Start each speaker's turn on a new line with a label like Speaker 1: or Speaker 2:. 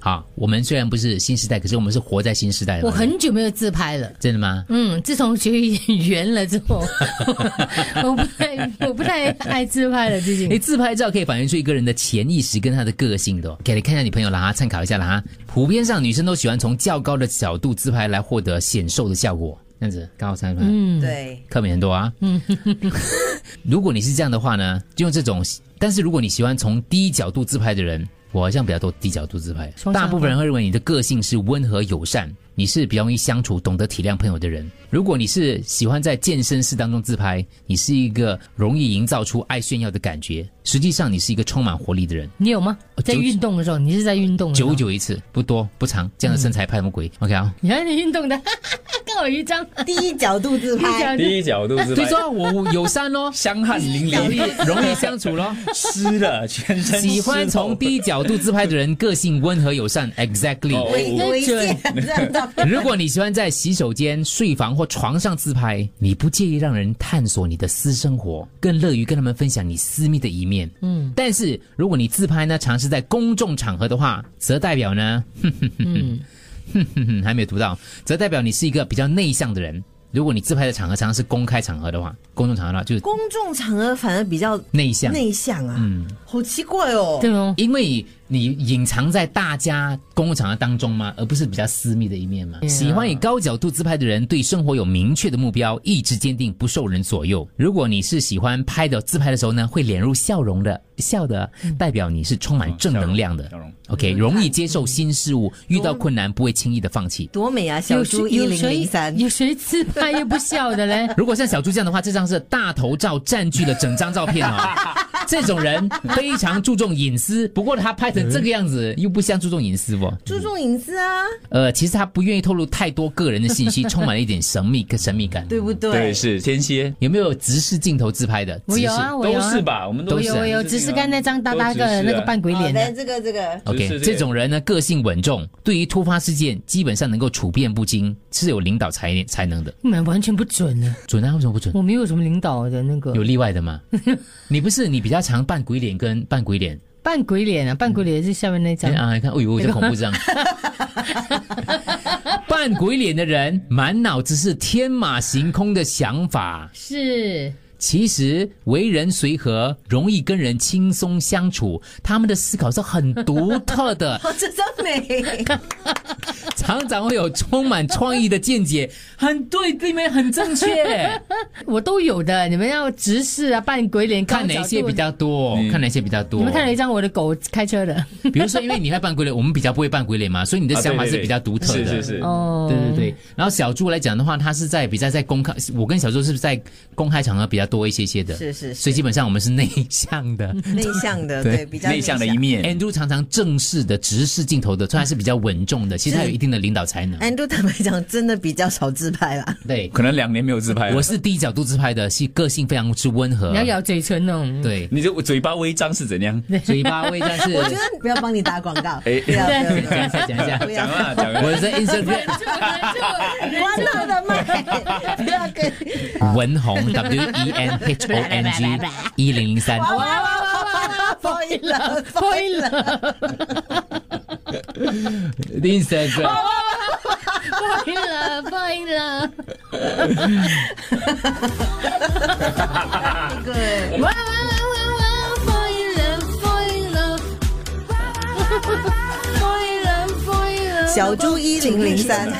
Speaker 1: 好，我们虽然不是新时代，可是我们是活在新时代的
Speaker 2: 我
Speaker 1: 嘛。
Speaker 2: 很久没有自拍了。
Speaker 1: 真的吗？
Speaker 2: 嗯，自从学语言了之后， 我不太我不太爱自拍了。最近
Speaker 1: 哎，自拍照可以反映出一个人的潜意识跟他的个性的、哦。给你看一下你朋友啦，参考一下啦。普遍上，女生都喜欢从较高的角度自拍来获得显瘦的效果，这样子高三分。
Speaker 3: 对，
Speaker 1: 课本很多 啊。嗯，如果你是这样的话呢，就用这种。但是如果你喜欢从低角度自拍的人，我好像比较多低角度自拍。
Speaker 2: 从小
Speaker 1: 大部分人会认为你的个性是温和友善，你是比较容易相处、懂得体谅朋友的人。如果你是喜欢在健身室当中自拍，你是一个容易营造出爱炫耀的感觉，实际上你是一个充满活力的人。
Speaker 2: 你有吗？
Speaker 4: 哦
Speaker 2: 在
Speaker 1: 九
Speaker 2: 运动的时候，你是在运动的时候
Speaker 1: 久，久一次，不多不长，这样的身材拍什么鬼、o k 啊？
Speaker 2: 你看你运动的， 跟我一 张。
Speaker 3: 第一角度自拍，
Speaker 2: 一张
Speaker 4: 第一角度是
Speaker 1: 所
Speaker 4: 吧，
Speaker 1: 以？哎说我友善咯
Speaker 4: 香汗淋
Speaker 1: 容易
Speaker 4: 漓，
Speaker 1: 容易相处咯。
Speaker 4: 湿了，全 身
Speaker 1: 喜欢从
Speaker 4: 第
Speaker 1: 低角度自拍的人，个性温和友善。
Speaker 4: 哦
Speaker 1: Exactly。
Speaker 3: 危危险，这样照片
Speaker 1: 如果你喜欢在洗手间、睡房或床上自拍，你不介意让人探索你的私生活，更乐于跟他们分享你私密的一面。嗯，但是如果你自拍呢，尝试在公众场合的话，则代表呢， 哼哼哼哼，哼哼哼，还没有读到，则代表你是一个比较内向的人。如果你自拍的场合常常是公开场合的话，公众场合的话就是
Speaker 3: 公众场合反而比较
Speaker 1: 内向。
Speaker 3: 内向啊，好奇怪哦。
Speaker 2: 对哦，
Speaker 1: 因为你隐藏在大家公共场合当中嘛，而不是比较私密的一面嘛。
Speaker 2: Yeah
Speaker 1: 喜欢以高角度自拍的人，对生活有明确的目标，意志坚定，不受人左右。如果你是喜欢拍的自拍的时候呢，会脸露笑容的，笑的代表你是充满正能量的。
Speaker 4: 哦笑容笑容
Speaker 1: OK，容易接受新事物，遇到困难不会轻易的放 弃。
Speaker 3: 多美啊，
Speaker 4: 哦
Speaker 3: 小
Speaker 2: 有
Speaker 3: 猪
Speaker 2: 谁
Speaker 3: 一
Speaker 2: 有
Speaker 3: 零零
Speaker 2: 谁
Speaker 3: 三，
Speaker 2: 有谁自拍又不笑的 嘞？
Speaker 1: 如果像小猪这样的话，这张是大头照占据了整张照片哦。这种人非常注重隐私，不过他拍成这个样子，又不像注重隐私哦不？
Speaker 3: 注重隐私啊，
Speaker 1: 呃，其实他不愿意透露太多个人的信息，充满了一点神秘跟神秘感。
Speaker 3: 对不对？
Speaker 4: 对，是天蝎，
Speaker 1: 有没有直视镜头自拍的？
Speaker 2: 我有啊，
Speaker 1: 直视。
Speaker 2: 我有
Speaker 4: 都
Speaker 2: 啊
Speaker 4: 是，吧？我们
Speaker 1: 都
Speaker 4: 都
Speaker 2: 我
Speaker 1: 是
Speaker 2: 有
Speaker 1: 啊
Speaker 2: 我有，只是刚那张大大
Speaker 4: 都只是
Speaker 2: 个
Speaker 4: 啊
Speaker 2: 那个扮鬼
Speaker 3: 好
Speaker 2: 脸
Speaker 3: 的，
Speaker 2: 的，
Speaker 3: 这个这个，
Speaker 1: OK，
Speaker 4: 直视这个
Speaker 1: 这种人呢，个性稳重，对于突发事件基本上能够处变不惊，是有领导才才能的。
Speaker 2: 你们嗯完全不准呢。
Speaker 1: 准啊？为什么不准？
Speaker 2: 我没有什么领导的那个
Speaker 1: 有例外的吗？你不是你比较常扮鬼脸跟扮鬼脸
Speaker 2: 扮鬼脸啊，扮鬼脸是下面那张。
Speaker 1: 啊？你看，哎呦，这恐怖这样。扮鬼脸的人，满脑子是天马行空的想法，
Speaker 2: 是
Speaker 1: 其实为人随和，容易跟人轻松相处，他们的思考是很独特的，
Speaker 3: 哦，这张美，
Speaker 1: 常常会有充满创意的见解，很对，对面很正 确。
Speaker 2: 我都有的，你们要直视啊，扮鬼脸，
Speaker 1: 看
Speaker 2: 高角
Speaker 1: 哪
Speaker 2: 度
Speaker 1: 些比？较多？
Speaker 4: 嗯
Speaker 1: 看哪些比较多？
Speaker 2: 你们看了一张我的狗开车的
Speaker 1: 比如说，因为你会扮鬼脸，我们比较不会扮鬼脸嘛，所以你的
Speaker 4: 啊
Speaker 1: 想法
Speaker 4: 对对
Speaker 1: 是
Speaker 4: 对
Speaker 1: 比较独特的。
Speaker 4: 是是是，
Speaker 2: 哦，
Speaker 1: 对对对，然后小猪来讲的话，他是在比较在公开，我跟小猪是在公开场合比较多一些些的，
Speaker 3: 是是是
Speaker 1: 所以基本上我们是内向的。
Speaker 3: 内向的，
Speaker 1: 对
Speaker 3: 对，比较
Speaker 4: 内向的一。面，
Speaker 1: Andrew 常常正式的直视镜头的，虽然是比较稳重的，其实他有一定的领导才能。
Speaker 3: 安都坦白讲，真的比较少自拍啦。
Speaker 1: 对，
Speaker 4: 可能两年没有自拍了，
Speaker 1: 我是低角度自拍的，是个性非常之温和
Speaker 2: 你要。咬嘴唇哦。
Speaker 1: 对，
Speaker 4: 你这嘴巴微张是怎样？
Speaker 1: 嘴巴微，但是
Speaker 3: 我觉得不要帮你打广告，不
Speaker 4: 哎
Speaker 3: 要不要不
Speaker 1: 讲一
Speaker 3: 要
Speaker 1: 下讲一下
Speaker 3: 不，要
Speaker 4: 讲啊讲啊，
Speaker 1: 我在 Instagram
Speaker 3: 关了我的麦，不要跟
Speaker 1: 文 红 W E N H O N G 一零零三。
Speaker 3: 哇哇哇哇哇，疯了疯了，
Speaker 1: Instagram
Speaker 2: 不赢了，不赢了！
Speaker 3: 对。
Speaker 2: 哇哇哇哇哇，不赢了，不赢了！不赢了，不赢了！
Speaker 3: 小猪一零零三。